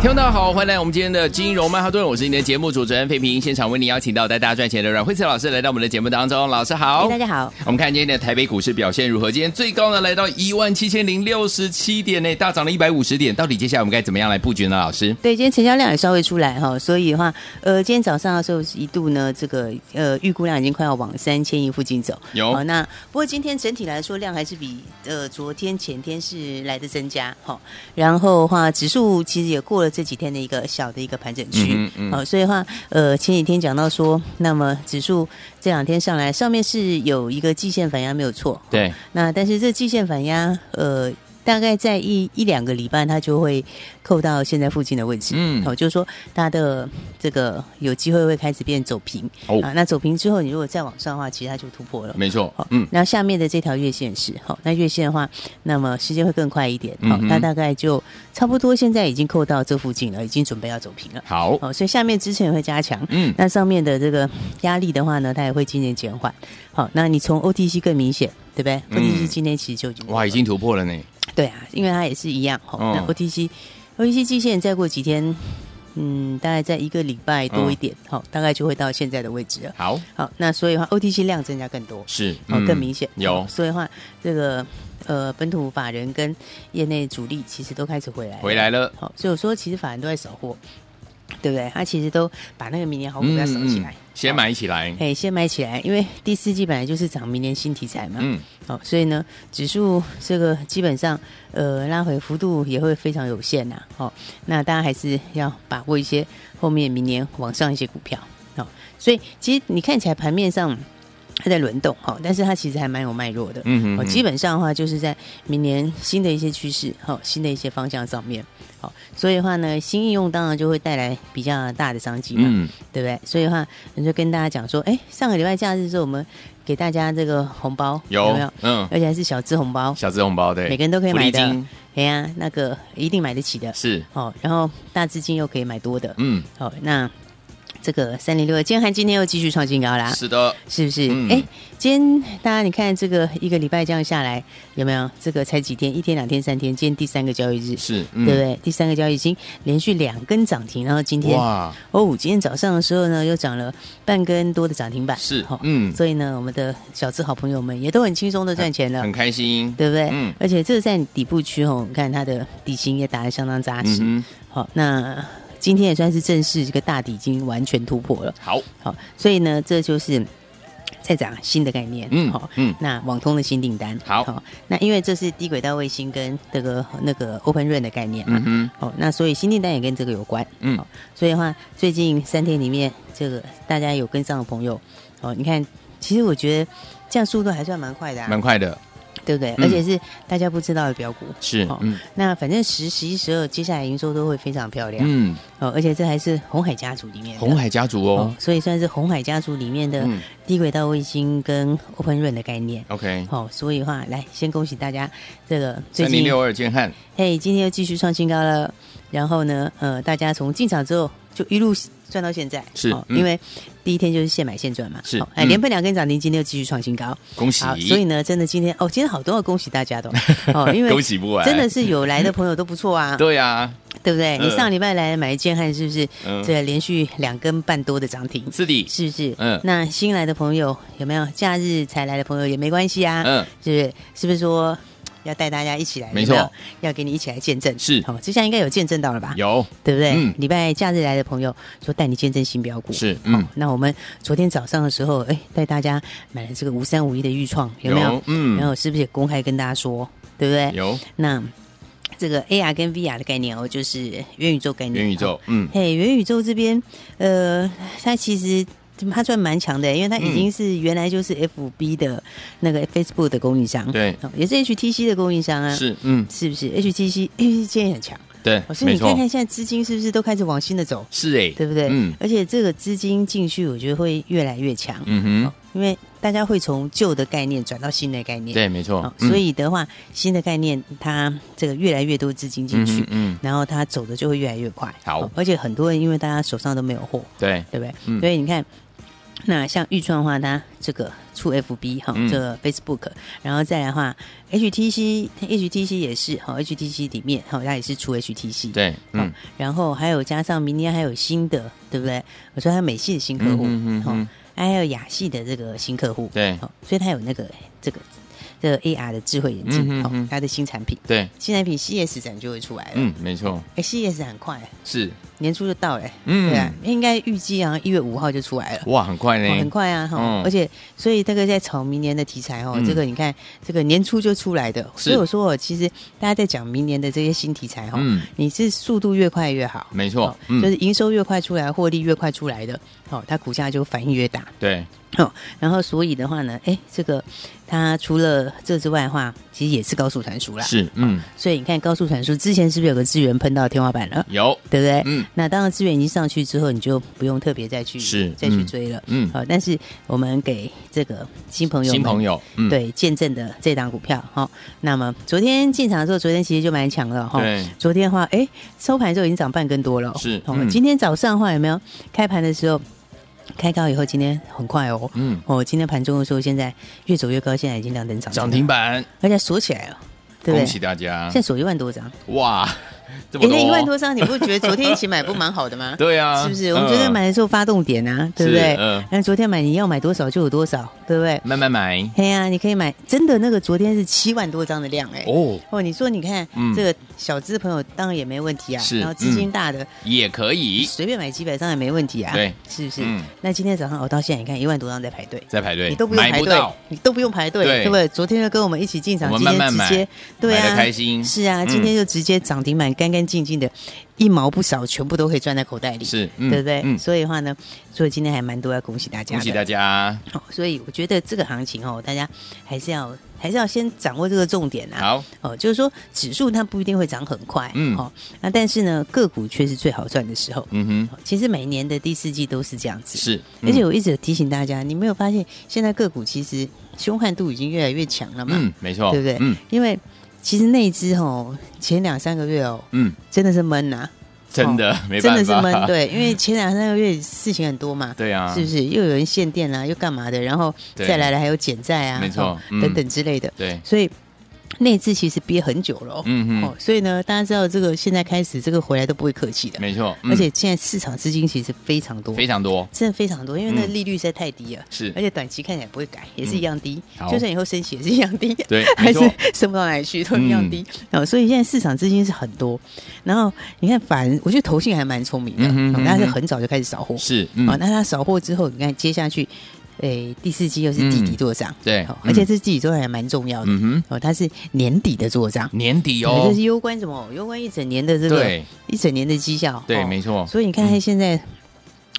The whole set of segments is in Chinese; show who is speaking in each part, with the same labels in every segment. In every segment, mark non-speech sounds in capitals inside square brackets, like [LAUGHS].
Speaker 1: 听众大家好，欢迎来我们今天的金融曼哈顿，我是你的节目主持人费平，现场为你邀请到带大家赚钱的阮慧慈老师来到我们的节目当中，老师好，
Speaker 2: 哎大家好。
Speaker 1: 我们看今天的台北股市表现如何？今天最高呢来到一万七千零六十七点呢，大涨了一百五十点。到底接下来我们该怎么样来布局呢？老师，
Speaker 2: 对，今天成交量也稍微出来哈，所以的话，呃，今天早上的时候一度呢，这个呃预估量已经快要往三千亿附近走。
Speaker 1: 有
Speaker 2: 好那不过今天整体来说量还是比呃昨天前天是来的增加哈、好然后的话，指数其实也过了这几天的一个小的一个盘整区。
Speaker 1: 嗯嗯嗯
Speaker 2: 好，所以的话，呃，前几天讲到说，那么指数这两天上来，上面是有一个季线反压没有错。
Speaker 1: 对，
Speaker 2: 那但是这季线反压，呃，大概在一一两个礼拜，它就会扣到现在附近的位置。
Speaker 1: 嗯
Speaker 2: 好、就是说它的这个有机会会开始变走平。
Speaker 1: 哦
Speaker 2: 啊，那走平之后，你如果再往上的话，其实它就突破了。
Speaker 1: 没错
Speaker 2: 好，，
Speaker 1: 嗯，
Speaker 2: 那下面的这条月线是好，那月线的话，那么时间会更快一点，
Speaker 1: 嗯
Speaker 2: 好、
Speaker 1: 哼
Speaker 2: 它大概就差不多现在已经扣到这附近了，已经准备要走平了。
Speaker 1: 好，
Speaker 2: 哦，所以下面支撑也会加强，
Speaker 1: 嗯
Speaker 2: 那上面的这个压力的话呢，它也会今年减缓。好，那你从 OTC 更明显，对不对、
Speaker 1: 嗯
Speaker 2: o t c 今天其实就已经
Speaker 1: 哇，已经突破了呢，
Speaker 2: 对啊，因为它也是一样。好、
Speaker 1: 嗯
Speaker 2: 那 OTC OTC 季线再过几天，嗯，大概在一个礼拜
Speaker 1: 嗯
Speaker 2: 多一点，好、大概就会到现在的位置了。
Speaker 1: 好，
Speaker 2: 好，那所以的话，OTC 量增加更多，
Speaker 1: 是，
Speaker 2: 好、
Speaker 1: 嗯
Speaker 2: 更明显。
Speaker 1: 有
Speaker 2: 所以的话，这个呃，本土法人跟业内主力其实都开始回来了
Speaker 1: 回来了，
Speaker 2: 好，所以我说其实法人都在扫货，对不对？他其实都把那个明年好股票扫起来，
Speaker 1: 嗯先买起来，
Speaker 2: 哎、先买起来，因为第四季本来就是涨明年新题材嘛。
Speaker 1: 嗯，
Speaker 2: 好、所以呢，指数这个基本上呃拉回幅度也会非常有限呐、好、那大家还是要把握一些后面明年往上一些股票。好、所以其实你看起来盘面上。它在轮动，好，但是它其实还蛮有脉络的，
Speaker 1: 嗯哼
Speaker 2: 哦
Speaker 1: 嗯
Speaker 2: 基本上的话就是在明年新的一些趋势，好，新的一些方向上面，好，所以的话呢，新应用当然就会带来比较大的商机嘛，
Speaker 1: 嗯，
Speaker 2: 对不对？所以的话，我就跟大家讲说，哎，上个礼拜假日的时候，我们给大家这个红包
Speaker 1: 有
Speaker 2: 没有？，
Speaker 1: 嗯，
Speaker 2: 而且还是小资红包，
Speaker 1: 小资红包对，
Speaker 2: 每个人都可以买
Speaker 1: 福利
Speaker 2: 的
Speaker 1: 金，
Speaker 2: 哎呀、那个一定买得起的。
Speaker 1: 是，
Speaker 2: 哦，然后大资金又可以买多的。
Speaker 1: 嗯，
Speaker 2: 哦，那这个三零六二，今天和今天又继续创新高啦，
Speaker 1: 是的，
Speaker 2: 是不是？
Speaker 1: 嗯
Speaker 2: 哎、今天大家你看这个一个礼拜这样下来，有没有？这个才几天，一天、两天、三天，今天第三个交易日，
Speaker 1: 是，嗯
Speaker 2: 对不对？第三个交易已经连续两根涨停，然后今天
Speaker 1: 哇，
Speaker 2: 哦，今天早上的时候呢，又涨了半根多的涨停板，
Speaker 1: 是
Speaker 2: 哦，
Speaker 1: 嗯
Speaker 2: 所以呢，我们的小资好朋友们也都很轻松的赚钱了
Speaker 1: 很，开心，
Speaker 2: 对不对？
Speaker 1: 嗯
Speaker 2: 而且这个在底部区哦，你看它的底型也打得相当扎实，
Speaker 1: 嗯哼，
Speaker 2: 好、那今天也算是正式这个大底已经完全突破了，
Speaker 1: 好，
Speaker 2: 好、所以呢，这就是在涨新的概念，
Speaker 1: 嗯
Speaker 2: 好、
Speaker 1: 嗯
Speaker 2: 那网通的新订单，
Speaker 1: 好
Speaker 2: 那因为这是低轨道卫星跟那个那个 Open r a n 的概念嘛，
Speaker 1: 嗯哼，
Speaker 2: 哦，那所以新订单也跟这个有关，
Speaker 1: 嗯
Speaker 2: 好所以的话，最近三天里面，这个大家有跟上的朋友，哦，你看，其实我觉得这样速度还算蛮快的、啊，
Speaker 1: 蛮快的，
Speaker 2: 对不对？
Speaker 1: 嗯
Speaker 2: 而且是大家不知道的标股，
Speaker 1: 是
Speaker 2: 好，
Speaker 1: 嗯
Speaker 2: 那反正十、十一、十二，接下来营收都会非常漂亮，
Speaker 1: 嗯，
Speaker 2: 哦，而且这还是红海家族里面的
Speaker 1: 红海家族
Speaker 2: 哦
Speaker 1: 哦，
Speaker 2: 所以算是红海家族里面的
Speaker 1: 嗯
Speaker 2: 低轨道卫星跟 Open r a n 的概念。
Speaker 1: ，OK，
Speaker 2: 哦，所以的话，来先恭喜大家，这个最
Speaker 1: 三
Speaker 2: 近
Speaker 1: 零六二建汉，
Speaker 2: 嘿，今天又继续创新高了。然后呢，呃，大家从进场之后就一路赚到现在，哦
Speaker 1: 是嗯
Speaker 2: 因为第一天就是现买现赚嘛，
Speaker 1: 是
Speaker 2: 好哎，
Speaker 1: 嗯
Speaker 2: 连奔两根涨停，今天又继续创新高，
Speaker 1: 恭喜
Speaker 2: 好，，所以呢，真的今天哦，今天好多要恭喜大家的
Speaker 1: [LAUGHS]
Speaker 2: 哦，哦因为
Speaker 1: 恭喜不完，
Speaker 2: 真的是有来的朋友都不错啊，
Speaker 1: 对呀，
Speaker 2: 对不对？
Speaker 1: 嗯
Speaker 2: 你上礼拜来买一件汉是不是？
Speaker 1: 嗯
Speaker 2: 这连续两根半多的涨停，
Speaker 1: 是的，
Speaker 2: 是不是？
Speaker 1: 嗯
Speaker 2: 那新来的朋友有没有？假日才来的朋友也没关系啊，
Speaker 1: 嗯，
Speaker 2: 是不是？是不是说要带大家一起来？
Speaker 1: 没错
Speaker 2: 有有要给你一起来见证。
Speaker 1: 是
Speaker 2: 好、这下应该有见证到了吧？，
Speaker 1: 有
Speaker 2: 对不对？
Speaker 1: 嗯
Speaker 2: 礼拜假日来的朋友说带你见证新标股。
Speaker 1: 是，
Speaker 2: 嗯、
Speaker 1: 嗯，
Speaker 2: 那我们昨天早上的时候，哎，带大家买了这个五三五一的预创，有没有？然
Speaker 1: 嗯，
Speaker 2: 后是不是也公开跟大家说，对不对？
Speaker 1: 有
Speaker 2: 那这个 AR 跟 VR 的概念哦，就是元宇宙概念。
Speaker 1: 元宇宙，嗯，
Speaker 2: 嘿，元宇宙这边，呃，它其实它算蛮强的，因为
Speaker 1: 嗯
Speaker 2: 它已经是原来就是 FB 的那个 Facebook 的供应商，
Speaker 1: 对
Speaker 2: 哦，也是 HTC 的供应商啊，
Speaker 1: 是，嗯，
Speaker 2: 是不是？HTC HTC 哎现在很强，
Speaker 1: 对
Speaker 2: 老，师，
Speaker 1: 没
Speaker 2: 你看
Speaker 1: 错
Speaker 2: 看，现在资金是不是都开始往新的走，
Speaker 1: 是哎，
Speaker 2: 对不对？
Speaker 1: 嗯
Speaker 2: 而且这个资金进去，我觉得会越来越强，
Speaker 1: 嗯哼，
Speaker 2: 因为大家会从旧的概念转到新的概念。
Speaker 1: 对，没错
Speaker 2: 哦，，所以的话，新的概念它这个越来越多资金进
Speaker 1: 嗯
Speaker 2: 去
Speaker 1: 嗯，嗯，
Speaker 2: 然后它走的就会越来越快。
Speaker 1: 好
Speaker 2: 哦而且很多人因为大家手上都没有货，
Speaker 1: 对，
Speaker 2: 对不对？
Speaker 1: 嗯
Speaker 2: 所以你看，那像玉创的话，它这个出 FB 哈、
Speaker 1: 嗯
Speaker 2: 这个 Facebook，然后再来的话，HTC HTC 也是哈、HTC 里面哈、它也是出 HTC
Speaker 1: 对，嗯
Speaker 2: 嗯，然后还有加上明年还有新的，对不对？我说它美系的新客户，
Speaker 1: 嗯嗯嗯嗯
Speaker 2: 哦还有雅系的这个新客户，
Speaker 1: 对
Speaker 2: 哦所以它有那个这个这个 AR 的智慧眼
Speaker 1: 嗯
Speaker 2: 镜，
Speaker 1: 嗯
Speaker 2: 好、
Speaker 1: 嗯
Speaker 2: 它的新产品，
Speaker 1: 对，
Speaker 2: 新产品 CS 展就会出来了，
Speaker 1: 嗯，没错，
Speaker 2: 哎，CS 很快，
Speaker 1: 是，
Speaker 2: 年初就到了，
Speaker 1: 嗯
Speaker 2: 对啊，应该预计啊一月五号就出来了。
Speaker 1: 哇，很快
Speaker 2: 哦、很
Speaker 1: 呢，
Speaker 2: 快啊，哈、
Speaker 1: 嗯
Speaker 2: 而且所以大概在炒明年的题材哦，
Speaker 1: 嗯
Speaker 2: 这个你看，这个年初就出来的，
Speaker 1: 是
Speaker 2: 所以我说哦，其实大家在讲明年的这些新题材哦，
Speaker 1: 嗯
Speaker 2: 你是速度越快越好，
Speaker 1: 没错
Speaker 2: 哦，就
Speaker 1: 嗯，
Speaker 2: 是营收越快出来，获利越快出来的，哦，它股价就反应越大，
Speaker 1: 对，
Speaker 2: 哦，然后所以的话呢，哎，这个它除了这之外的话，其实也是高速传输啦，，
Speaker 1: 是，嗯，
Speaker 2: 所以你看高速传输之前是不是有个资源喷到天花板了，
Speaker 1: 有，
Speaker 2: 对不对？
Speaker 1: 嗯
Speaker 2: 那当然，资源已经上去之后，你就不用特别再去
Speaker 1: 是
Speaker 2: 再去
Speaker 1: 嗯
Speaker 2: 追了。
Speaker 1: 嗯，
Speaker 2: 好，但是我们给这个新朋友们
Speaker 1: 新朋友，嗯，
Speaker 2: 对见证的这档股票哈、那么昨天进场的时候，昨天其实就蛮强了哈。
Speaker 1: 对，
Speaker 2: 昨天的话，哎，收盘之后已经涨半更多了哦。
Speaker 1: 是
Speaker 2: 哦
Speaker 1: 嗯
Speaker 2: 今天早上的话有没有开盘的时候开高以后，今天很快哦。
Speaker 1: 嗯，
Speaker 2: 哦，今天盘中的时候，现在越走越高，现在已经两等涨
Speaker 1: 涨停
Speaker 2: 板，
Speaker 1: 板，
Speaker 2: 而且锁起来了，对不
Speaker 1: 恭
Speaker 2: 对？
Speaker 1: 喜
Speaker 2: 现
Speaker 1: 大家
Speaker 2: 在，锁一万多张，
Speaker 1: 哇，这
Speaker 2: 哎
Speaker 1: 么，多，哦
Speaker 2: 那一万多张，你不觉得昨天一起买不蛮好的吗？
Speaker 1: [LAUGHS] 对啊，
Speaker 2: 是不是？我们昨天
Speaker 1: 嗯
Speaker 2: 买的时候发动点啊，对不对
Speaker 1: 是嗯？
Speaker 2: 那昨天买你要买多少就有多少，对不对？
Speaker 1: 慢慢买
Speaker 2: 嘿呀，你可以买，真的那个昨天是七万多张的量哎。
Speaker 1: 哦，
Speaker 2: 哦，你说你看
Speaker 1: 嗯
Speaker 2: 这个小资朋友当然也没问题啊，
Speaker 1: 是
Speaker 2: 然后资金大的
Speaker 1: 也可以
Speaker 2: 随便买几百张也没问题啊，
Speaker 1: 对，
Speaker 2: 是不是
Speaker 1: 嗯？
Speaker 2: 那今天早上熬到现在，你看一万多张在排队。
Speaker 1: 在排队，
Speaker 2: 你都不用
Speaker 1: 买
Speaker 2: 排
Speaker 1: 不
Speaker 2: 队
Speaker 1: 到，，
Speaker 2: 你都不用排队，
Speaker 1: 对
Speaker 2: 对不对？昨天就跟我们一起进场，
Speaker 1: 我们
Speaker 2: 今天
Speaker 1: 慢
Speaker 2: 直
Speaker 1: 慢
Speaker 2: 接对
Speaker 1: 买的
Speaker 2: 啊，
Speaker 1: 开心
Speaker 2: 是啊，
Speaker 1: 嗯
Speaker 2: 今天就直接涨停板，干干净净的，一毛不少，全部都可以赚在口袋里。
Speaker 1: 是，嗯
Speaker 2: 对不对？
Speaker 1: 嗯，
Speaker 2: 所以的话呢，所以今天还蛮多要恭喜大家
Speaker 1: 恭
Speaker 2: 的，
Speaker 1: 喜大家，
Speaker 2: 哦所以我觉得这个行情哦，大家还是要还是要先掌握这个重点啊。
Speaker 1: 好，
Speaker 2: 哦，就是说指数它不一定会涨很快，
Speaker 1: 嗯
Speaker 2: 哦，那但是呢，个股却是最好赚的时候。
Speaker 1: 嗯哼，
Speaker 2: 哦其实每年的第四季都是这样子，。
Speaker 1: 是，
Speaker 2: 而且
Speaker 1: 嗯
Speaker 2: 我一直有提醒大家，你没有发现现在个股其实凶悍度已经越来越强了嘛？
Speaker 1: 嗯，没错，
Speaker 2: 对不对
Speaker 1: 嗯
Speaker 2: 因为其实那一只哦，前两三个月哦，
Speaker 1: 嗯，
Speaker 2: 真的是闷呐、啊哦
Speaker 1: 真的没
Speaker 2: 真
Speaker 1: 办法，
Speaker 2: 的是闷，对，因为前两三个月事情很多嘛，
Speaker 1: [LAUGHS] 对啊，
Speaker 2: 是不是？又有人限电啊啦、又干嘛的？然后
Speaker 1: 对
Speaker 2: 再来了，还有减债啊，
Speaker 1: 没错
Speaker 2: 哦
Speaker 1: 嗯
Speaker 2: 等等之类的。
Speaker 1: 对，
Speaker 2: 所以内资其实憋很久了、哦，
Speaker 1: 嗯
Speaker 2: 哦
Speaker 1: 哼，，
Speaker 2: 所以呢，大家知道这个现在开始，这个回来都不会客气的，
Speaker 1: 没错，嗯
Speaker 2: 而且现在市场资金其实非常多，
Speaker 1: 非常多，
Speaker 2: 真的非常多，因为那个
Speaker 1: 嗯
Speaker 2: 利率实在太低了，
Speaker 1: 是
Speaker 2: 而且短期看起来不会改，也是一样低
Speaker 1: 嗯，好
Speaker 2: 就算以后升息也是一样低，
Speaker 1: 对没
Speaker 2: [LAUGHS] 还是
Speaker 1: 错嗯
Speaker 2: 升不到哪里去，都一样低。哦，所以现在市场资金是很多，然后你看反，我觉得投信还蛮聪明的，
Speaker 1: 嗯哼嗯
Speaker 2: 哦
Speaker 1: 哼
Speaker 2: 但是很早就开始扫货，
Speaker 1: 是，
Speaker 2: 哦，
Speaker 1: 嗯，
Speaker 2: 那它扫货之后，你看接下去，诶，第四季又是季底做账，
Speaker 1: 对
Speaker 2: 哦
Speaker 1: 嗯
Speaker 2: 而且这季底做账还蛮重要的，
Speaker 1: 嗯
Speaker 2: 哦，它是年底的做账，
Speaker 1: 年底
Speaker 2: 对
Speaker 1: 哦
Speaker 2: 这是，攸关什么？攸关一整年的这个
Speaker 1: 对
Speaker 2: 一整年的绩效，
Speaker 1: 对，
Speaker 2: 哦
Speaker 1: 没错，嗯
Speaker 2: 所以你看看现在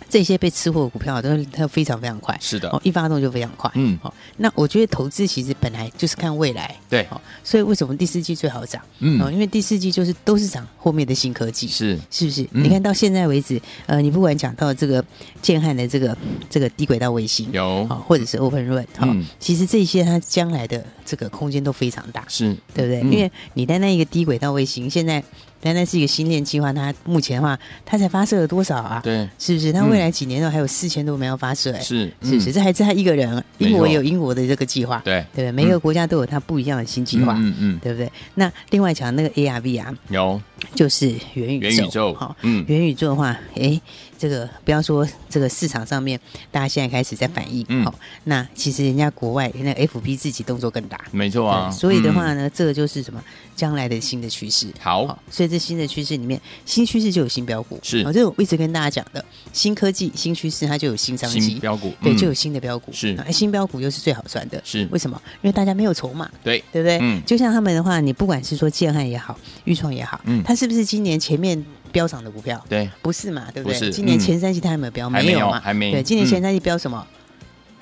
Speaker 2: 这些被吃货的股票，都它非常非常快，
Speaker 1: 是的
Speaker 2: 哦，，一发动就非常快，
Speaker 1: 嗯
Speaker 2: 哦，那我觉得投资其实本来就是看未来，
Speaker 1: 对，
Speaker 2: 哦，所以为什么第四季最好涨？哦，
Speaker 1: 嗯，
Speaker 2: 因为第四季就是都是涨后面的新科技，
Speaker 1: 是，
Speaker 2: 是不是？
Speaker 1: 嗯
Speaker 2: 你看到现在为止，呃，你不管讲到这个建汉的这个这个低轨道卫星，
Speaker 1: 有
Speaker 2: 好、，或者是 Open Run，好、
Speaker 1: 嗯
Speaker 2: 其实这些它将来的这个空间都非常大，
Speaker 1: 是，
Speaker 2: 对不对？
Speaker 1: 嗯
Speaker 2: 因为你单单一个低轨道卫星，现在单单是一个星链计划，它目前的话，它才发射了多少啊？
Speaker 1: 对，嗯
Speaker 2: 是不是？它未来几年都还有四千多枚要发射、哎，
Speaker 1: 是，
Speaker 2: 是不是？
Speaker 1: 嗯，
Speaker 2: 这还是它一个人，
Speaker 1: 没错
Speaker 2: 英国也有英国的这个计划，
Speaker 1: 对，
Speaker 2: 对不对？每个国家都有它不一样的新计划，
Speaker 1: 嗯嗯，嗯嗯
Speaker 2: 对不对？那另外讲那个 ARV 啊，
Speaker 1: 有
Speaker 2: 就是元宇
Speaker 1: 元
Speaker 2: 宙，
Speaker 1: 宇宙
Speaker 2: 好、，
Speaker 1: 嗯，
Speaker 2: 元宇宙的话，诶，这个不要说这个市场上面，大家现在开始在反应，好、哦
Speaker 1: 嗯
Speaker 2: 那其实人家国外那 FB 自己动作更大，
Speaker 1: 没错啊，
Speaker 2: 对所以的话
Speaker 1: 嗯，
Speaker 2: 呢，这个就是什么将来的新的趋势。哦
Speaker 1: 好，
Speaker 2: 所以这新的趋势里面，新趋势就有新标股，
Speaker 1: 是
Speaker 2: 哦，这是我一直跟大家讲的，新科技、新趋势，它就有新商
Speaker 1: 新
Speaker 2: 机，
Speaker 1: 标股，
Speaker 2: 对，
Speaker 1: 嗯
Speaker 2: 就有新的标股，
Speaker 1: 是
Speaker 2: 啊新标股又是最好赚的，
Speaker 1: 是
Speaker 2: 为什么？因为大家没有筹码，
Speaker 1: 对，
Speaker 2: 对不对？
Speaker 1: 嗯
Speaker 2: 就像他们的话，你不管是说建汉也好，裕创也好，
Speaker 1: 嗯
Speaker 2: 它是不是今年前面飙涨的股票？
Speaker 1: 对，
Speaker 2: 不是嘛，对不对？
Speaker 1: 不是
Speaker 2: 今年
Speaker 1: 嗯
Speaker 2: 前三季它还没有标，
Speaker 1: 还没
Speaker 2: 有
Speaker 1: 有
Speaker 2: 嘛，
Speaker 1: 还没
Speaker 2: 对，今年前
Speaker 1: 嗯
Speaker 2: 三季标什么？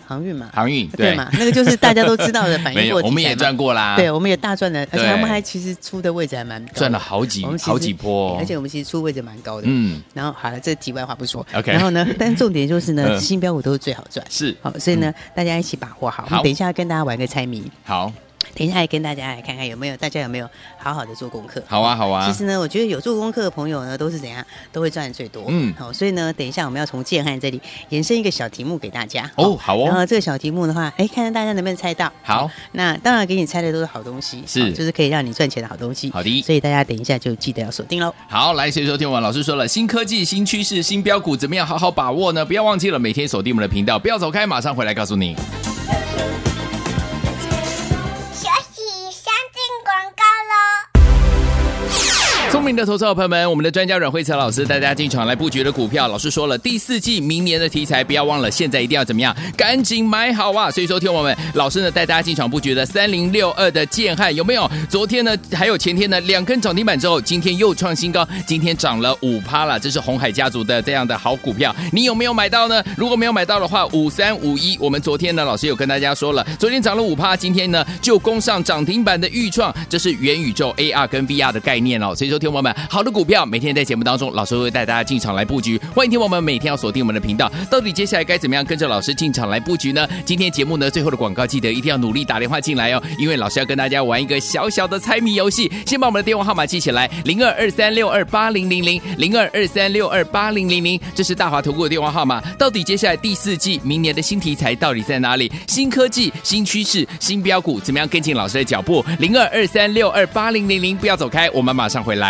Speaker 2: 航运嘛，
Speaker 1: 航运
Speaker 2: 对嘛，那个就是大家都知道的
Speaker 1: [LAUGHS]
Speaker 2: 反
Speaker 1: 没
Speaker 2: 应
Speaker 1: 有，
Speaker 2: 过，
Speaker 1: 我们也赚，过啦，
Speaker 2: 对，啊我们也大赚了，而且他们
Speaker 1: 对
Speaker 2: 还其实出的位置还蛮高的
Speaker 1: 赚了好几
Speaker 2: 我们其实哎
Speaker 1: 好几波哦
Speaker 2: 而且我们其实出位置蛮高的，
Speaker 1: 嗯，
Speaker 2: 然后好了，这题外话不说。
Speaker 1: OK
Speaker 2: 然后呢，但重点就是
Speaker 1: [LAUGHS] 嗯
Speaker 2: 呢，新标股都是最好赚。
Speaker 1: 是
Speaker 2: 好，所以呢，大家一起把握好。
Speaker 1: 嗯
Speaker 2: 我
Speaker 1: 好
Speaker 2: 们等一下跟大家玩个猜谜，
Speaker 1: 好，
Speaker 2: 等一下来跟大家来看看有没有大家有没有好好的做功课。
Speaker 1: 好啊，好啊
Speaker 2: 其，实呢，我觉得有做功课的朋友呢，都是怎样，都会赚得最多。
Speaker 1: 嗯
Speaker 2: 好，所以呢，等一下我们要从建汉这里延伸一个小题目给大家。
Speaker 1: 哦，好
Speaker 2: 然
Speaker 1: 哦，
Speaker 2: 后这个小题目的话，哎，看看大家能不能猜到。
Speaker 1: 好，
Speaker 2: 那当然给你猜的都是好东西，
Speaker 1: 是
Speaker 2: 好就是可以让你赚钱的好东西。
Speaker 1: 好的
Speaker 2: 所以大家等一下就记得要锁定喽。
Speaker 1: 好，来，所以说听完老师说了，新科技、新趋势、新标股，怎么样好好把握呢？不要忘记了每天锁定我们的频道，不要走开，马上回来告诉你。
Speaker 3: 学习先进广告喽。
Speaker 1: 聪明的投资者朋友们，我们的专家阮慧慈老师带大家进场来布局的股票，老师说了，第四季明年的题材不要忘了，现在一定要怎么样，赶紧买好啊！所以说，听我们老师呢带大家进场布局的三零六二的建汉有没有？昨天呢，还有前天呢，两根涨停板之后，今天又创新高，今天涨了五趴了，这是红海家族的这样的好股票，你有没有买到呢？如果没有买到的话，五三五一，我们昨天呢，老师有跟大家说了，昨天涨了五趴，今天呢就攻上涨停板的预创，这是元宇宙 AR 跟 VR 的概念哦。所以说，听众朋友们，好的股票每天在节目当中，老师会带大家进场来布局。欢迎听众朋友们每天要锁定我们的频道，到底接下来该怎么样跟着老师进场来布局呢？今天节目呢最后的广告，记得一定要努力打电话进来哦，因为老师要跟大家玩一个小小的猜谜游戏。先把我们的电话号码记起来，零二二三六二八零零零零二二三六二八零零零，这是大华投顾的电话号码。到底接下来第四季明年的新题材到底在哪里？新科技、新趋势、新标股，怎么样跟进老师的脚步？零二二三六二八零零零，不要走开，我们马上回来。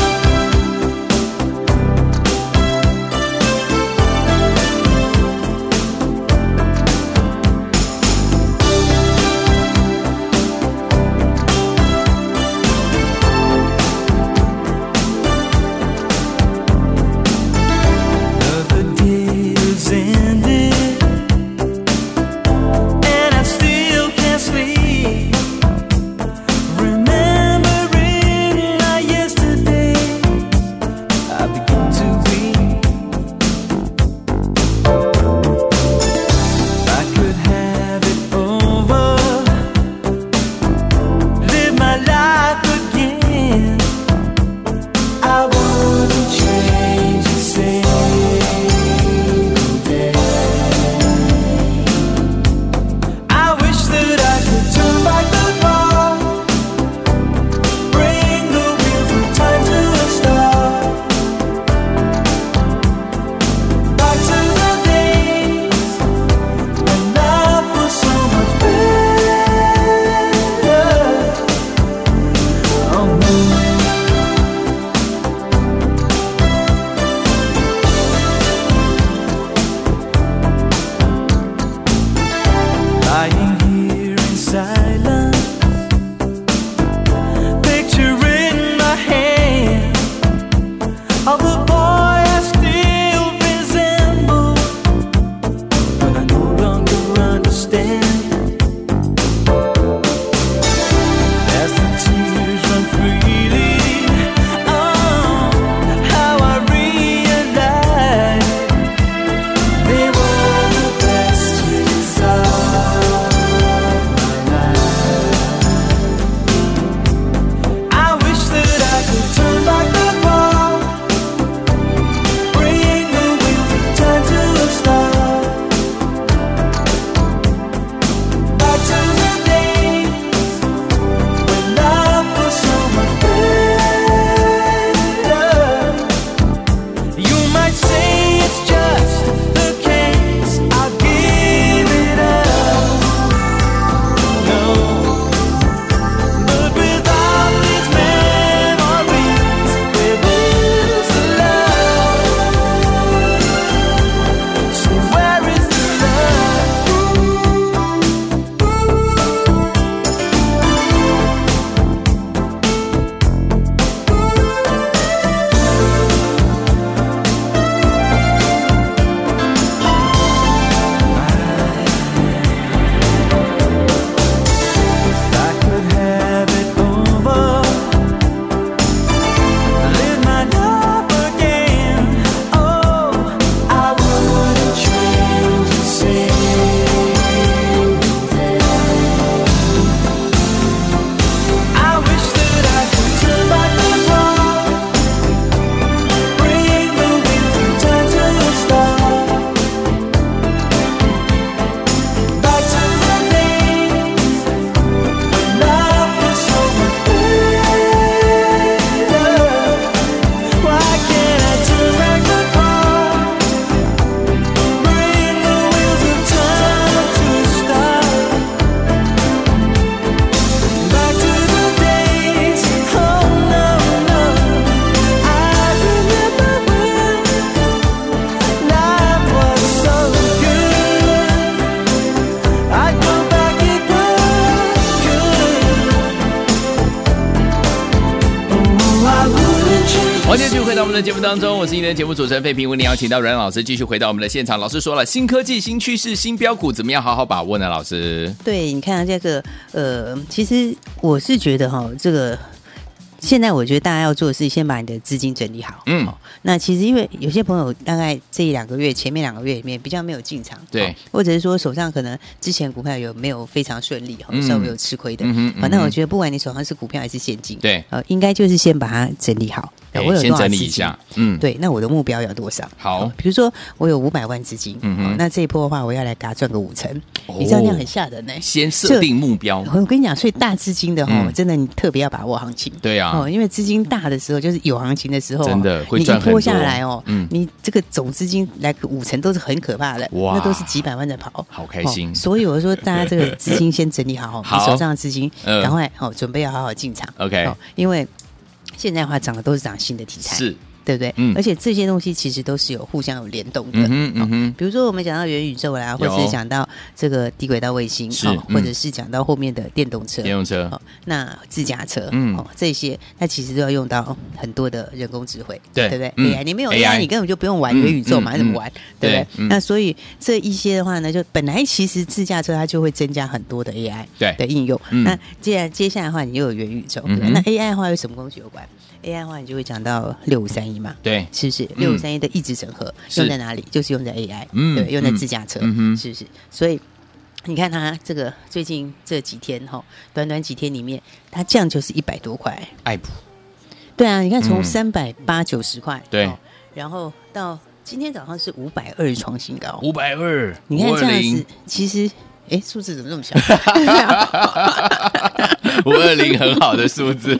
Speaker 4: Another day is ended, and I still can't sleep. Remembering our yesterday, Oh, oh, Oh, Oh,
Speaker 1: 欢迎继续回到我们的节目当中，我是今天的节目主持人费平，为您邀请到阮老师继续回到我们的现场。老师说了，新科技、新趋势、新标股，怎么样好好把握呢？老师，
Speaker 2: 对，你看、啊、这个，呃，其实我是觉得哈，这个现在我觉得大家要做的是先把你的资金整理好。
Speaker 1: 嗯，
Speaker 2: 那其实因为有些朋友大概这一两个月、前面两个月里面比较没有进场，
Speaker 1: 对
Speaker 2: 哦或者是说手上可能之前股票有没有非常顺利，哦
Speaker 1: 嗯
Speaker 2: 稍微有吃亏的
Speaker 1: 嗯哼嗯，哼
Speaker 2: 反正我觉得不管你手上是股票还是现金，
Speaker 1: 对
Speaker 2: 呃，应该就是先把它整理好。
Speaker 1: 哎
Speaker 2: 我有
Speaker 1: 先
Speaker 2: 多少
Speaker 1: 整理
Speaker 2: 资
Speaker 1: 一
Speaker 2: 金
Speaker 1: 下，嗯，
Speaker 2: 对，那我的目标有多少？
Speaker 1: 好
Speaker 2: 哦比如说我有五百万资金，
Speaker 1: 嗯
Speaker 2: 嗯
Speaker 1: 哼
Speaker 2: 那这一波的话，我要来给它赚个五成，
Speaker 1: 哦
Speaker 2: 你知道那样很吓人呢、 [LAUGHS]
Speaker 1: 先设定目标，
Speaker 2: 我跟你讲，所以大资金的哈、
Speaker 1: 嗯
Speaker 2: 真的你特别要把握行情。
Speaker 1: 对啊
Speaker 2: 哦，，因为资金大的时候，就是有行情的时候哦，
Speaker 1: 真的会
Speaker 2: 你
Speaker 1: 赚
Speaker 2: 一
Speaker 1: 很
Speaker 2: 波下
Speaker 1: 多
Speaker 2: 来哦，
Speaker 1: 嗯
Speaker 2: 你这个总资金来个五成都是很可怕的，
Speaker 1: 哇
Speaker 2: 那都是几百万在跑，
Speaker 1: 好开心
Speaker 2: 哦所以我说大家这个资金先整理
Speaker 1: [LAUGHS]
Speaker 2: 好哦，
Speaker 1: 好
Speaker 2: 你手上的资金
Speaker 1: 嗯
Speaker 2: 赶快哦，准备要好好进场。
Speaker 1: OK
Speaker 2: 哦因为现在的话涨的都是涨新的题材，
Speaker 1: 是，
Speaker 2: 对不对？
Speaker 1: 嗯
Speaker 2: 而且这些东西其实都是有互相有联动的。
Speaker 1: 嗯哼嗯哼，
Speaker 2: 比如说我们讲到元宇宙啦，或者
Speaker 1: 有
Speaker 2: 是讲到这个低轨道卫星，
Speaker 1: 是
Speaker 2: 哦
Speaker 1: 嗯
Speaker 2: 或者是讲到后面的电动车，
Speaker 1: 电动车
Speaker 2: 哦，那自驾车，
Speaker 1: 嗯
Speaker 2: 哦，这些它其实都要用到很多的人工智慧，
Speaker 1: 对
Speaker 2: 对不
Speaker 1: 嗯
Speaker 2: 对？AI 你没有
Speaker 1: AI
Speaker 2: AI，你根本就不用玩
Speaker 1: 嗯
Speaker 2: 元宇宙
Speaker 1: 嗯
Speaker 2: 嘛，还怎么玩？对不对
Speaker 1: 对？嗯
Speaker 2: 那所以这一些的话呢，就本来其实自驾车它就会增加很多的 AI
Speaker 1: 对
Speaker 2: 的应用
Speaker 1: 嗯。
Speaker 2: 那既然接下来的话，你又有元宇宙，对不对
Speaker 1: 嗯哼
Speaker 2: 那 AI 的话有什么工具有关？AI 的话你就会讲到六五三一嘛，
Speaker 1: 对
Speaker 2: 是不是？六
Speaker 1: 嗯
Speaker 2: 五三一的一直整合
Speaker 1: 是
Speaker 2: 用在哪里？就是用在 AI，
Speaker 1: 嗯
Speaker 2: 对，用在
Speaker 1: 嗯
Speaker 2: 自驾车，
Speaker 1: 嗯哼
Speaker 2: 是不是？所以你看它这个最近这几天哈，短短几天里面，它降就是一百多块。
Speaker 1: 爱普，
Speaker 2: 对啊，你看
Speaker 1: 嗯
Speaker 2: 从三百八九十块，
Speaker 1: 对
Speaker 2: 哦然后到今天早上是五百二创新高，
Speaker 1: 五百二，
Speaker 2: 你看这样子，其实哎，数字怎么
Speaker 1: [LAUGHS]
Speaker 2: 这么小？对啊
Speaker 1: 五二零很好的数
Speaker 2: [LAUGHS]
Speaker 1: 字，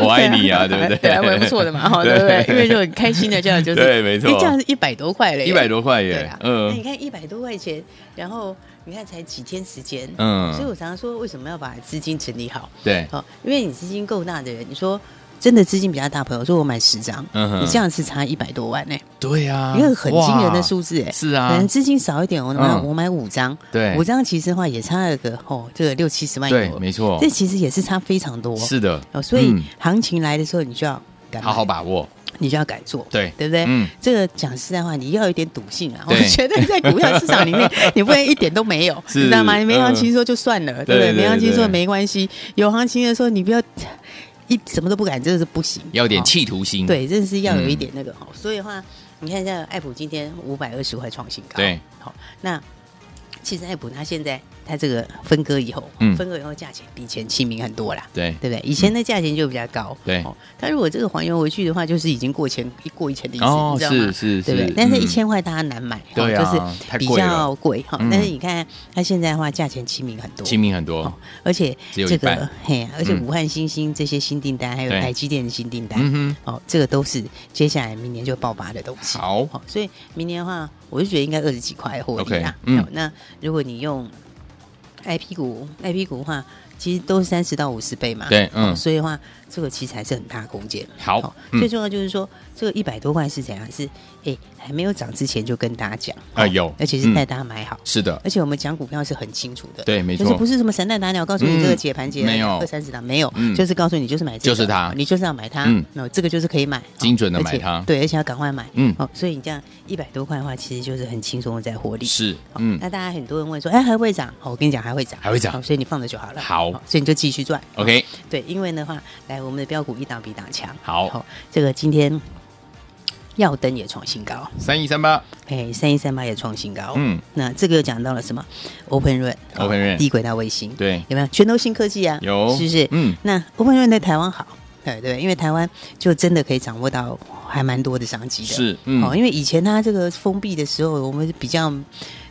Speaker 1: 我爱你啊，对不
Speaker 2: 对
Speaker 1: 对？
Speaker 2: 啊，我也不错的嘛，哈，对不对？因为就很开心的，这样就是
Speaker 1: 对没错
Speaker 2: 哎这样是一百多块嘞，
Speaker 1: [LAUGHS] 一百多块
Speaker 2: 对
Speaker 1: 耶
Speaker 2: 啊，，那你
Speaker 1: 嗯，
Speaker 2: 看一百多块钱，然后你看才几天时间，
Speaker 1: 嗯
Speaker 2: 所以我常常说，为什么要把资金整理好？
Speaker 1: 对，
Speaker 2: 好，因为你资金够大的人，你说真的资金比较大朋友，我说我买十张，
Speaker 1: 嗯哼
Speaker 2: 你这样是差一百多万呢、
Speaker 1: 对啊
Speaker 2: 一个很惊人的数字哎、
Speaker 1: 是啊
Speaker 2: 可能资金少一点，我买、
Speaker 1: 嗯
Speaker 2: 我买五张，
Speaker 1: 对
Speaker 2: 五张其实的话也差了个哦，这个六七十万
Speaker 1: 对
Speaker 2: 有，
Speaker 1: 没错
Speaker 2: 这其实也是差非常多，
Speaker 1: 是的
Speaker 2: 哎哦，所以
Speaker 1: 嗯
Speaker 2: 行情来的时候，你就要敢
Speaker 1: 好好
Speaker 2: 买
Speaker 1: 把握，
Speaker 2: 你就要敢做，
Speaker 1: 对
Speaker 2: 对不对？
Speaker 1: 嗯
Speaker 2: 这个讲实在话，你要有一点赌
Speaker 1: [LAUGHS]
Speaker 2: 性啊。我
Speaker 1: 对
Speaker 2: 觉得在股票市场
Speaker 1: [LAUGHS]
Speaker 2: 里面，你不能一点都没有，
Speaker 1: 是
Speaker 2: 你知道吗？你没
Speaker 1: 嗯
Speaker 2: 行情说就算了，对不
Speaker 1: 对对
Speaker 2: 对？没行情
Speaker 1: 对
Speaker 2: 说没关系，有行情的时候你不要一什么都不敢，真的是不行，
Speaker 1: 要有点嗯
Speaker 2: 哦。
Speaker 1: 企图心，
Speaker 2: 对，真的是要有一点那个哦。所以的话，你看一下爱普今天五百二十块创新高，
Speaker 1: 对，
Speaker 2: 好、那其实爱普它现在它这个分割以后，
Speaker 1: 嗯
Speaker 2: 分割以后价钱比前亲民很多啦。
Speaker 1: 对
Speaker 2: 对不对？以前的价钱就比较高，
Speaker 1: 嗯对
Speaker 2: 它如果这个还原回去的话，就是已经过千一过一千的意思，
Speaker 1: 哦
Speaker 2: 你知道吗？
Speaker 1: 是是
Speaker 2: 对不
Speaker 1: 是
Speaker 2: 对？但是
Speaker 1: 嗯
Speaker 2: 一千块大家难买，哦
Speaker 1: 对啊太
Speaker 2: 就是比
Speaker 1: 贵了
Speaker 2: 较贵哈
Speaker 1: 嗯。
Speaker 2: 但是你看它现在的话，价钱亲民很多，
Speaker 1: 亲民很多
Speaker 2: 哦，，而且
Speaker 1: 只有一
Speaker 2: 这
Speaker 1: 半
Speaker 2: 个嘿，而且
Speaker 1: 嗯
Speaker 2: 武汉新兴这些新订单，还有
Speaker 1: 对
Speaker 2: 台积电的新订单，
Speaker 1: 嗯
Speaker 2: 哦，这个都是接下来明年就爆发的东西。
Speaker 1: 好
Speaker 2: 哦，所以明年的话，我就觉得应该二十几块获利
Speaker 1: OK，
Speaker 2: 啦。
Speaker 1: 嗯
Speaker 2: 哦那如果你用 I P 股，I P 股的话，其实都是三十到五十倍嘛。
Speaker 1: 对嗯
Speaker 2: 哦所以的话，这个其实还是很大的空间。
Speaker 1: 好
Speaker 2: 哦
Speaker 1: 嗯
Speaker 2: 最重要就是说，这个一百多块是怎样？是哎，还没有涨之前就跟大家讲
Speaker 1: 啊
Speaker 2: 哦
Speaker 1: 有
Speaker 2: 而且
Speaker 1: 嗯
Speaker 2: 是带大家买好。
Speaker 1: 是的，
Speaker 2: 而且我们讲股票是很清楚的，
Speaker 1: 对没
Speaker 2: 就是
Speaker 1: 错
Speaker 2: 不是什么神探打鸟，告诉你
Speaker 1: 嗯
Speaker 2: 这个解盘解
Speaker 1: 没有
Speaker 2: 二三十档没有
Speaker 1: 嗯，
Speaker 2: 就是告诉你就是买这个，哦
Speaker 1: 就是它
Speaker 2: 你就是要买它
Speaker 1: 嗯，
Speaker 2: 那这个就是可以买，
Speaker 1: 精准地
Speaker 2: 哦
Speaker 1: 买
Speaker 2: 而且
Speaker 1: 它
Speaker 2: 对，而且要赶快买，
Speaker 1: 嗯
Speaker 2: 哦，所以你这样一百多块的话，其实就是很轻松的在获利，
Speaker 1: 是
Speaker 2: 哦
Speaker 1: 嗯
Speaker 2: 那大家很多人问说，哎，还会涨？哦，我跟你讲，还会涨，
Speaker 1: 还会涨
Speaker 2: 哦所以你放着就好了，
Speaker 1: 好
Speaker 2: 哦所以你就继续赚
Speaker 1: ，OK，
Speaker 2: 对，因为的话，来我们的标股一档比一档强，
Speaker 1: 好
Speaker 2: 哦，这个今天耀登也创新高，
Speaker 1: 三一三八，
Speaker 2: 哎，三一三八也创新高，
Speaker 1: 嗯，
Speaker 2: 那这个又讲到了什么？OpenRun、
Speaker 1: OpenRun
Speaker 2: 低轨道卫星，
Speaker 1: 对
Speaker 2: 有没有？全都新科技啊，
Speaker 1: 有
Speaker 2: 是不是？
Speaker 1: 嗯
Speaker 2: 那 OpenRun 在台湾好，对对，因为台湾就真的可以掌握到还蛮多的商机的，
Speaker 1: 是
Speaker 2: 哦，
Speaker 1: 嗯，
Speaker 2: 因为以前它这个封闭的时候，我们比较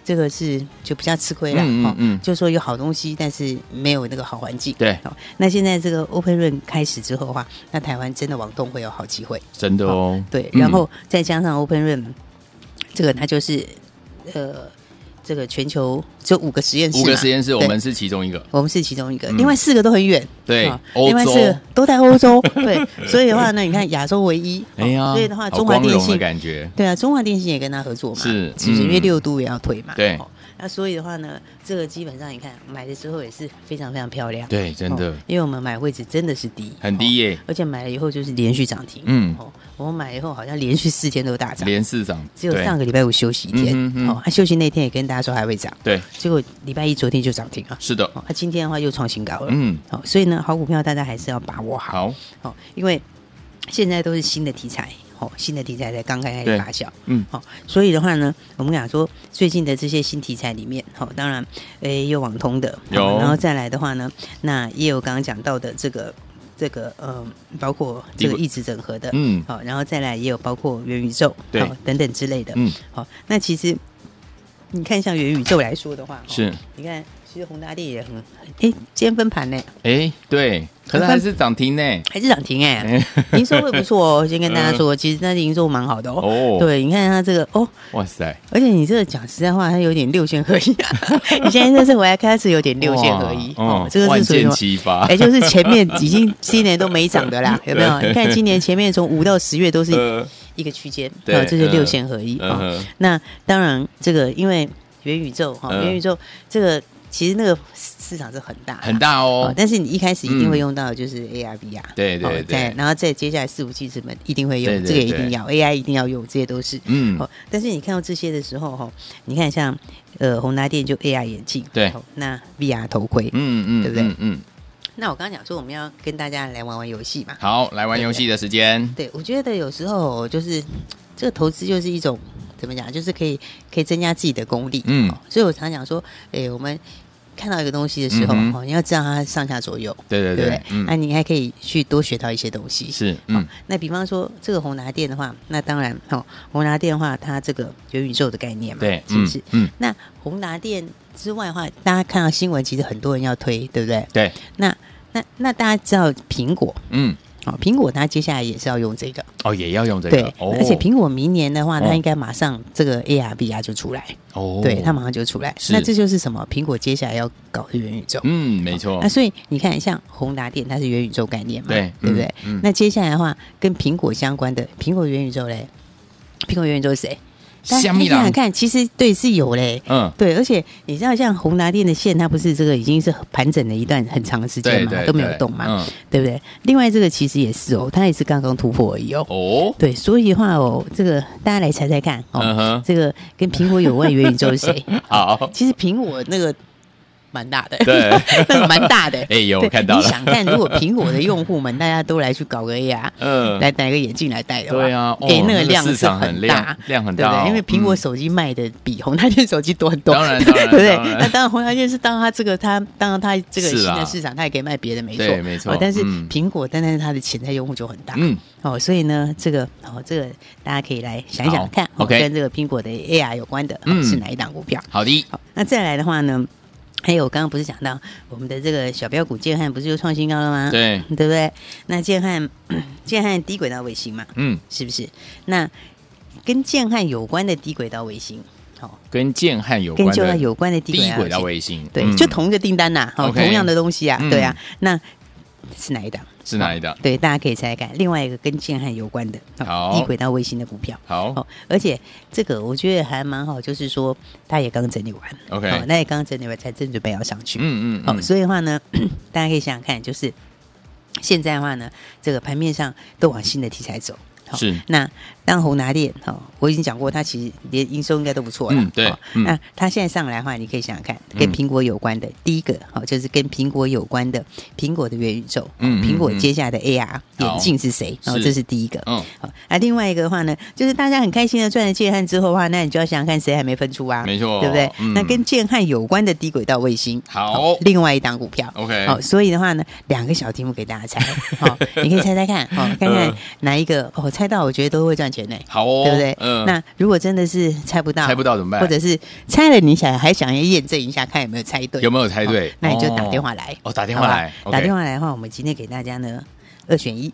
Speaker 2: 这个是就比较吃亏了，
Speaker 1: 嗯嗯
Speaker 2: 哦
Speaker 1: 嗯
Speaker 2: 就说有好东西，但是没有那个好环境，
Speaker 1: 对
Speaker 2: 哦，那现在这个 OpenRun 开始之后的话，那台湾真的往东会有好机会，
Speaker 1: 真的哦，
Speaker 2: 对，
Speaker 1: 嗯
Speaker 2: 然后再加上 Open Run，这个它就是呃这个全球只有五个实验室嘛，
Speaker 1: 五个实验室，我
Speaker 2: 对
Speaker 1: 们是其中一个。
Speaker 2: 我们是其中一个，另外四个都很远，
Speaker 1: 对
Speaker 2: 啊
Speaker 1: 欧洲
Speaker 2: 另外四个都在欧洲，
Speaker 1: [LAUGHS]
Speaker 2: 对，所以的话呢，你看亚洲唯一，
Speaker 1: 哎呀，
Speaker 2: 哦所以的话，
Speaker 1: 好
Speaker 2: 中华
Speaker 1: 光
Speaker 2: 电
Speaker 1: 荣的
Speaker 2: 信，
Speaker 1: 感觉，
Speaker 2: 对啊，中华电信也跟他合作嘛，
Speaker 1: 是
Speaker 2: 是不
Speaker 1: 嗯
Speaker 2: 是？因为六都也要推嘛，
Speaker 1: 对
Speaker 2: 哦那所以的话呢，这个基本上你看买了之后也是非常非常漂亮，
Speaker 1: 对，真的
Speaker 2: 哦因为我们买位置真的是低，
Speaker 1: 很低耶
Speaker 2: 哦而且买了以后就是连续涨停，
Speaker 1: 嗯
Speaker 2: 哦，我们买了以后好像连续四天都大涨，
Speaker 1: 连市长
Speaker 2: 只有上个礼拜五休息一天，
Speaker 1: 嗯哼嗯
Speaker 2: 哦，他休息那天也跟大家说还会涨，
Speaker 1: 对，对
Speaker 2: 结果礼拜一昨天就涨停啊，
Speaker 1: 是的，
Speaker 2: 哦，那今天的话又创新高了，
Speaker 1: 嗯，
Speaker 2: 好、所以呢，好股票大家还是要把握好，
Speaker 1: 好，
Speaker 2: 好、哦因为现在都是新的题材，好、新的题材才刚刚开
Speaker 1: 对
Speaker 2: 始发酵，
Speaker 1: 嗯
Speaker 2: 好、所以的话呢，我们讲说最近的这些新题材里面，好、当然，诶，有网通的，哦
Speaker 1: 有
Speaker 2: 好然后再来的话呢，那也有刚刚讲到的这个。这个呃，包括这个
Speaker 1: 低轨
Speaker 2: 意志整合的，
Speaker 1: 嗯
Speaker 2: 好、然后再来也有包括元宇宙，
Speaker 1: 对
Speaker 2: 好等等之类的，
Speaker 1: 嗯，
Speaker 2: 好、那其实你看像元宇宙来说的话，哦
Speaker 1: 是，
Speaker 2: 你看其实宏达电也很，哎，今天分盘呢，
Speaker 1: 哎，对，可是还是涨停呢，
Speaker 2: 还是涨停哎、
Speaker 1: [LAUGHS] 哎
Speaker 2: 营收会不错
Speaker 1: [LAUGHS]
Speaker 2: 哦。先跟大家说，其实那营收蛮好的哦。
Speaker 1: 嗯哦，，
Speaker 2: 对，你看它这个哦，
Speaker 1: 哇塞，
Speaker 2: 而且你这个讲实在话，它有点六线合一、 [LAUGHS] 你现在这次回来开始有点六线合一
Speaker 1: 哇
Speaker 2: 哦
Speaker 1: 嗯，
Speaker 2: 这个
Speaker 1: 万
Speaker 2: 是属于什
Speaker 1: 箭
Speaker 2: 么
Speaker 1: 齐发
Speaker 2: [LAUGHS] 哎、，就是前面已经今年都没涨的啦，有没有？
Speaker 1: [LAUGHS] 对
Speaker 2: 你看今年前面从五到十月都是
Speaker 1: 呃
Speaker 2: 一个区间，
Speaker 1: 对
Speaker 2: 哦，这是六线合一
Speaker 1: 嗯
Speaker 2: 哦
Speaker 1: 哼
Speaker 2: 那当然，这个因为元宇宙哈，
Speaker 1: 嗯
Speaker 2: 元宇宙这个其实那个市场是很大的
Speaker 1: 很大哦
Speaker 2: 哦，，但是你一开始一
Speaker 1: 嗯
Speaker 2: 定会用到的就是 AR、VR，
Speaker 1: 对对
Speaker 2: 哦再
Speaker 1: 对
Speaker 2: 然后再接下来四五 G 什么一定会
Speaker 1: 对
Speaker 2: 用，
Speaker 1: 对
Speaker 2: 这个一
Speaker 1: 对
Speaker 2: 定要 AI 一定要用，这些都是。
Speaker 1: 嗯
Speaker 2: 哦，但是你看到这些的时候，哈、哦，你看像呃宏达电就 AR 眼镜，
Speaker 1: 对
Speaker 2: 哦那 VR 头盔，
Speaker 1: 嗯嗯，
Speaker 2: 对不对
Speaker 1: 嗯嗯，
Speaker 2: 那我刚刚讲说我们要跟大家来玩玩游戏嘛，
Speaker 1: 好，来玩游戏的时间，
Speaker 2: 对我觉得有时候就是这个投资就是一种怎么讲，就是可以可以增加自己的功力，
Speaker 1: 嗯
Speaker 2: 哦所以我常讲说，哎，我们看到一个东西的时候，
Speaker 1: 嗯哼
Speaker 2: 哦，你要知道它上下左右，
Speaker 1: 对对
Speaker 2: 对不
Speaker 1: 对
Speaker 2: 对，？那、
Speaker 1: 嗯，
Speaker 2: 你还可以去多学到一些东西。哦
Speaker 1: 是，嗯，
Speaker 2: 那比方说这个宏达电的话，那当然哦，宏达电的话，它这个元宇宙的概念嘛，
Speaker 1: 对，
Speaker 2: 是不是？
Speaker 1: 嗯，嗯，
Speaker 2: 那宏达电之外的话，大家看到新闻，其实很多人要推，对不对？
Speaker 1: 对，
Speaker 2: 那那那大家知道苹果
Speaker 1: 嗯，
Speaker 2: 哦，苹果它接下来也是要用这个，
Speaker 1: 哦，也要用这
Speaker 2: 对
Speaker 1: 个，，哦
Speaker 2: 而且苹果明年的话，
Speaker 1: 哦
Speaker 2: 它应该马上这个 AR VR 就出来，
Speaker 1: 哦，
Speaker 2: 对，它马上就出来。
Speaker 1: 是
Speaker 2: 那这就是什么？苹果接下来要搞的元宇宙。啊
Speaker 1: 嗯，没错
Speaker 2: 那，所以你看，像宏达电，它是元宇宙概念嘛，
Speaker 1: 对
Speaker 2: 对不对？
Speaker 1: 嗯嗯
Speaker 2: 那接下来的话，跟苹果相关的苹果元宇宙嘞，苹果元宇宙是谁？大家
Speaker 1: 香蜜
Speaker 2: 你想
Speaker 1: 郎
Speaker 2: 想看，其实对是有嘞，
Speaker 1: 嗯，
Speaker 2: 对，而且你知道，像宏达电的线，它不是这个已经是盘整了一段很长的时
Speaker 1: 对
Speaker 2: 间嘛，
Speaker 1: 对
Speaker 2: 都没有
Speaker 1: 对
Speaker 2: 动嘛，
Speaker 1: 嗯
Speaker 2: 对不对？另外这个其实也是哦，它也是刚刚突破而已哦。
Speaker 1: 哦，
Speaker 2: 对，所以的话哦，这个大家来猜猜看哦，
Speaker 1: 嗯哼
Speaker 2: 这个跟苹果有关的元宇宙是
Speaker 1: [LAUGHS]
Speaker 2: 谁？
Speaker 1: 好，
Speaker 2: 其实苹果那个蛮大的，
Speaker 1: 对，
Speaker 2: [LAUGHS] 那个蛮大的。
Speaker 1: [LAUGHS] 哎有
Speaker 2: 对
Speaker 1: 我看到了
Speaker 2: 你想看，如果苹果的用户们大家都来去搞个 AR，
Speaker 1: [LAUGHS] 嗯
Speaker 2: 来戴个眼镜来戴的话，
Speaker 1: 对啊哦
Speaker 2: 哎，
Speaker 1: 那
Speaker 2: 那个
Speaker 1: 个
Speaker 2: 量
Speaker 1: 市
Speaker 2: 是
Speaker 1: 场很
Speaker 2: 很
Speaker 1: 亮
Speaker 2: 大，
Speaker 1: 量很
Speaker 2: 对
Speaker 1: 大
Speaker 2: 不对
Speaker 1: 哦
Speaker 2: 因为苹果
Speaker 1: 嗯
Speaker 2: 手机卖的比红 [LAUGHS] 大电手机多很多，
Speaker 1: 当然
Speaker 2: [LAUGHS] 对不
Speaker 1: 当然
Speaker 2: 对
Speaker 1: 当？然
Speaker 2: 那当然，红大电是当它这个它当然它这个
Speaker 1: 是
Speaker 2: 新
Speaker 1: 啊
Speaker 2: 的市场，它也可以卖别的，没
Speaker 1: 对
Speaker 2: 错，
Speaker 1: 没错
Speaker 2: 哦但是
Speaker 1: 嗯
Speaker 2: 苹果单单是它的潜在用户就很大，
Speaker 1: 嗯，
Speaker 2: 哦，所以呢，这个哦，这个大家可以来想一
Speaker 1: 好
Speaker 2: 想看哦
Speaker 1: OK
Speaker 2: 跟这个苹果的 AR 有关的、哦
Speaker 1: 嗯
Speaker 2: 是哪一档股票？
Speaker 1: 好的，
Speaker 2: 好，那再来的话呢，还有我刚刚不是讲到我们的这个小标股建汉不是又创新高了吗？，
Speaker 1: 对，
Speaker 2: 对不对？那建汉 [CLEARS THROAT] 建汉低轨道卫星嘛，
Speaker 1: 嗯，
Speaker 2: 是不是？那跟建汉有关的低轨道卫星，好、
Speaker 1: 跟建汉有
Speaker 2: 跟
Speaker 1: 关
Speaker 2: 旧汉
Speaker 1: 的
Speaker 2: 有关的低轨
Speaker 1: 低
Speaker 2: 道
Speaker 1: 轨
Speaker 2: 卫
Speaker 1: 道
Speaker 2: 星，
Speaker 1: 卫星，
Speaker 2: 对，
Speaker 1: 嗯
Speaker 2: 就同一个订单呐、哦
Speaker 1: OK
Speaker 2: 同样的东西啊，
Speaker 1: 嗯
Speaker 2: 对啊，那是哪一档？
Speaker 1: 是哪一档
Speaker 2: 哦对，大家可以猜猜看。另外一个跟建汉有关的，哦
Speaker 1: 好
Speaker 2: 低轨道卫星的股票。
Speaker 1: 好
Speaker 2: 哦，而且这个我觉得还蛮好，就是说它也刚整理完
Speaker 1: OK
Speaker 2: 哦那也刚整理完，才正准备要上去，
Speaker 1: 嗯嗯
Speaker 2: 好、
Speaker 1: 嗯
Speaker 2: 所以的话呢， [CLEARS THROAT] 大家可以想想看，就是现在的话呢，这个盘面上都往新的题材走。好
Speaker 1: 是
Speaker 2: 那当红拿电哦，我已经讲过，它其实连营收应该都不错了。
Speaker 1: 嗯对
Speaker 2: 好
Speaker 1: 嗯
Speaker 2: 那它现在上来的话，你可以想想看，跟苹果有关的、第一个哦，就是跟苹果有关的苹果的元宇宙，哦
Speaker 1: 嗯嗯
Speaker 2: 苹果
Speaker 1: 嗯
Speaker 2: 接下来的 AR
Speaker 1: 好
Speaker 2: 眼镜是谁？哦，
Speaker 1: 是
Speaker 2: 这是第一个。
Speaker 1: 嗯，
Speaker 2: 好，啊，另外一个的话呢，就是大家很开心的赚了建汉之后的话，那你就要想想看谁还没分出啊，
Speaker 1: 没错
Speaker 2: 对不对？
Speaker 1: 嗯
Speaker 2: 那跟建汉有关的低轨道卫星，
Speaker 1: 好
Speaker 2: 另外一档股票
Speaker 1: OK
Speaker 2: 好，所以的话呢，两个小题目给大家猜，
Speaker 1: [LAUGHS]
Speaker 2: 好，你可以猜猜看，好，看看
Speaker 1: 嗯
Speaker 2: 哪一个，哦，猜到我觉得都会赚钱呢。
Speaker 1: 好哦，
Speaker 2: 对不对？
Speaker 1: 嗯，
Speaker 2: 那如果真的是猜不到，
Speaker 1: 猜不到怎么办
Speaker 2: 或者是猜了你想还想要验证一下，看有没有猜对，
Speaker 1: 有没有猜对
Speaker 2: 好那你就
Speaker 1: 哦
Speaker 2: 打电话来，
Speaker 1: 哦打电话来
Speaker 2: 好吧打
Speaker 1: OK
Speaker 2: 电话来的话，我们今天给大家呢二选一，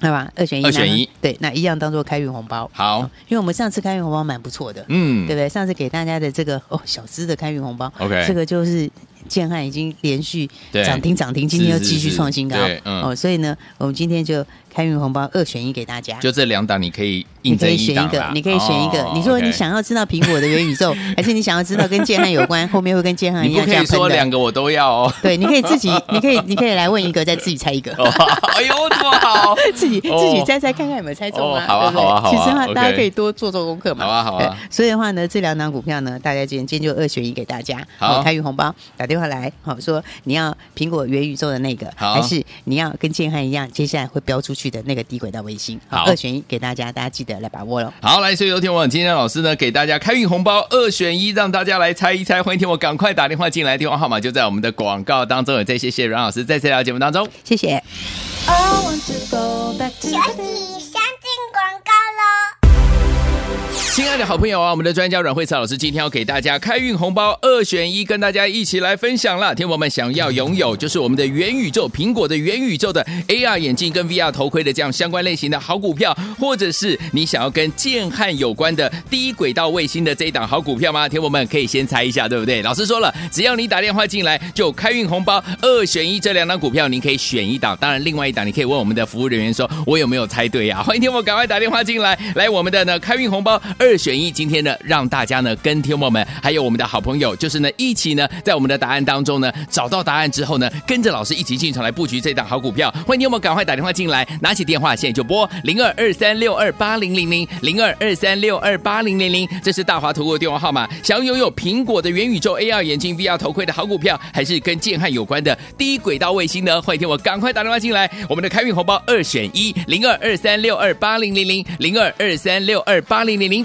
Speaker 2: 好吧，二选一，
Speaker 1: 二选一
Speaker 2: 那，对，那一样当做开运红包。
Speaker 1: 好，
Speaker 2: 因为我们上次开运红包蛮不错的，
Speaker 1: 嗯
Speaker 2: 对不对？上次给大家的这个哦，小资的开运红包
Speaker 1: OK
Speaker 2: 这个就是建汉已经连续
Speaker 1: 对
Speaker 2: 涨停涨停，今天又
Speaker 1: 是是
Speaker 2: 继续创新高
Speaker 1: 是对嗯
Speaker 2: 哦，所以呢，我们今天就开运红包二选一给大家。
Speaker 1: 就这两档你可以
Speaker 2: 你
Speaker 1: 应
Speaker 2: 可
Speaker 1: 征
Speaker 2: 以选
Speaker 1: 档
Speaker 2: 一个
Speaker 1: 啦，
Speaker 2: 你可以选一个
Speaker 1: 哦。
Speaker 2: 你说
Speaker 1: OK
Speaker 2: 你想要知道苹果的元宇
Speaker 1: [LAUGHS]
Speaker 2: 宙，还是你想要知道跟建汉有关，后面会跟建汉
Speaker 1: 你
Speaker 2: 一
Speaker 1: 不
Speaker 2: 样这
Speaker 1: 可以
Speaker 2: 样
Speaker 1: 说
Speaker 2: 喷
Speaker 1: 两
Speaker 2: 的？
Speaker 1: 个我都要
Speaker 2: [LAUGHS]
Speaker 1: 哦。
Speaker 2: 对，你可以自己，你可以，你可以来问一个，再自己猜一个。
Speaker 1: 哎呦，这么好！
Speaker 2: 自己
Speaker 1: 哦
Speaker 2: 自己猜猜看看有没有猜中
Speaker 1: 哦
Speaker 2: 啊？
Speaker 1: 好啊
Speaker 2: 对不对
Speaker 1: 好啊好啊
Speaker 2: 其实的话，
Speaker 1: OK
Speaker 2: 大家可以多做做功课嘛。
Speaker 1: 好啊好啊
Speaker 2: 对所以的话呢，这两档股票呢，大家今天今天就二选一给大家。
Speaker 1: 好
Speaker 2: 哦开运红包打电话来，好说你要苹果元宇宙的那个，
Speaker 1: 好
Speaker 2: 还是你要跟建汉一样，接下来会标出去的那个低轨道卫星？
Speaker 1: 好
Speaker 2: 二选一给大家，大家记得来把握喽。
Speaker 1: 好，来，所以有天我今天老师呢给大家开运红包二选一，让大家来猜一猜。欢迎听我赶快打电话进来，电话号码就在我们的广告当中。也再谢谢阮老师在这条节目当中。
Speaker 2: 谢谢。
Speaker 3: 学习先进广告喽。
Speaker 1: 亲爱的好朋友啊，我们的专家阮慧慈老师今天要给大家开运红包二选一，跟大家一起来分享啦。天友们想要拥有就是我们的元宇宙，苹果的元宇宙的 AR 眼镜跟 VR 头盔的这样相关类型的好股票，或者是你想要跟建汉有关的低轨道卫星的这一档好股票吗？天友们可以先猜一下，对不对？老师说了，只要你打电话进来，哦就开运红包二选一，这两档股票您可以选一档，当然另外一档你可以问我们的服务人员说，我有没有猜对呀、啊？欢迎天友赶快打电话进来，来我们的呢开运红包二选一，今天呢让大家呢跟天友们还有我们的好朋友，就是呢一起呢在我们的答案当中呢找到答案之后呢，跟着老师一起进场来布局这档好股票。欢迎天友们赶快打电话进来，拿起电话现在就拨零二二三六二八零零零零二二三六二八零零零，这是大华投顾的电话号码。想要拥有苹果的元宇宙 AR 眼镜 VR 头盔的好股票，还是跟建汉有关的低轨道卫星呢？欢迎天我赶快打电话进来，我们的开运红包二选一零二二三六二八零零零零二二三六二八零零零